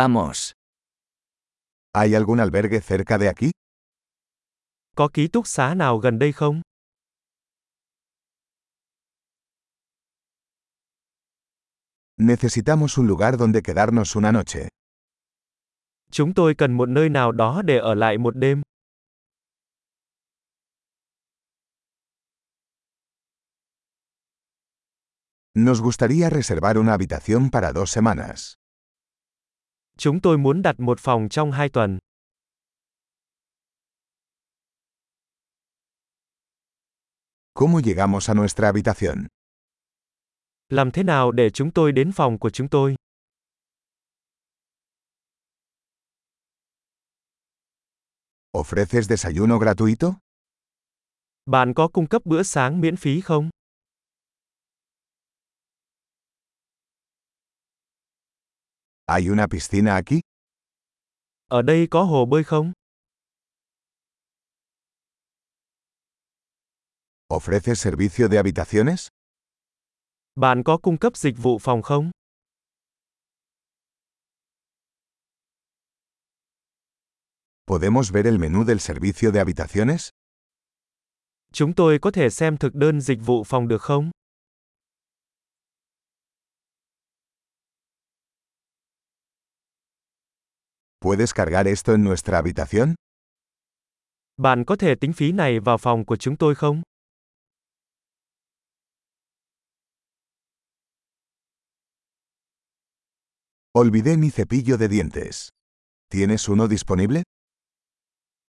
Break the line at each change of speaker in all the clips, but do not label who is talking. Vamos.
¿Hay algún albergue cerca de aquí?
Có ký túc xá nào gần đây không?
Necesitamos un lugar donde quedarnos una noche.
Chúng tôi cần một nơi nào đó để ở lại một đêm.
Nos gustaría reservar una habitación para dos semanas.
Chúng tôi muốn đặt một phòng trong hai tuần.
¿Cómo llegamos a nuestra habitación?
Làm thế nào để chúng tôi đến phòng của chúng tôi?
¿Ofreces desayuno gratuito?
Bạn có cung cấp bữa sáng miễn phí không?
¿Hay una piscina aquí?
Ở đây có hồ bơi không?
¿Ofreces servicio de habitaciones?
Bạn có cung cấp dịch vụ phòng không?
¿Podemos ver el menú del servicio de habitaciones?
Chúng tôi có thể xem thực đơn dịch vụ phòng được không?
¿Puedes cargar esto en nuestra habitación?
Bạn có thể tính phí này vào phòng của chúng tôi không?
Olvidé mi cepillo de dientes. ¿Tienes uno disponible?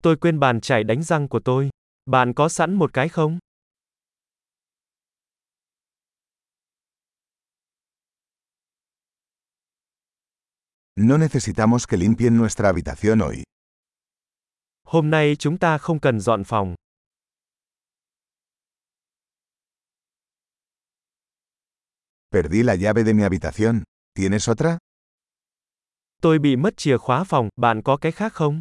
Tôi quên bàn chải đánh răng của tôi. Bạn có sẵn một cái không?
No necesitamos que limpien nuestra habitación hoy.
Hôm nay chúng ta không cần dọn phòng.
Perdí la llave de mi habitación. ¿Tienes otra?
Tôi bị mất chìa khóa phòng, bạn có cái khác không?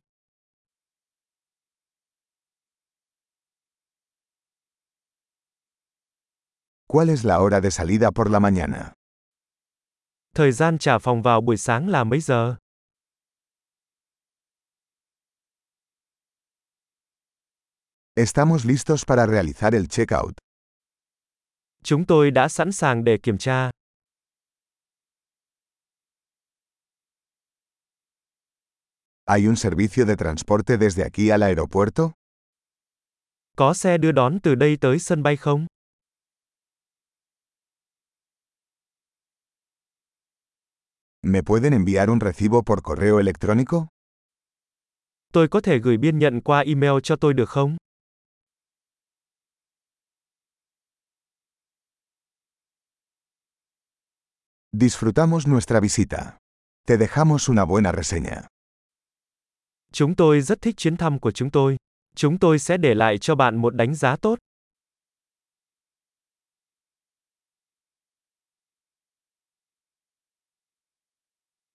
¿Cuál es la hora de salida por la mañana?
Thời gian trả phòng vào buổi sáng là mấy giờ?
Estamos listos para realizar el checkout.
Chúng tôi đã sẵn sàng để kiểm tra.
¿Hay un servicio de transporte desde aquí al aeropuerto?
Có xe đưa đón từ đây tới sân bay không?
¿Me pueden enviar un recibo por correo electrónico?
Tôi có thể gửi biên nhận qua email cho tôi được không?
Disfrutamos nuestra visita. Te dejamos una buena reseña.
Chúng tôi rất thích chuyến thăm của chúng tôi. Chúng tôi sẽ để lại cho bạn một đánh giá tốt.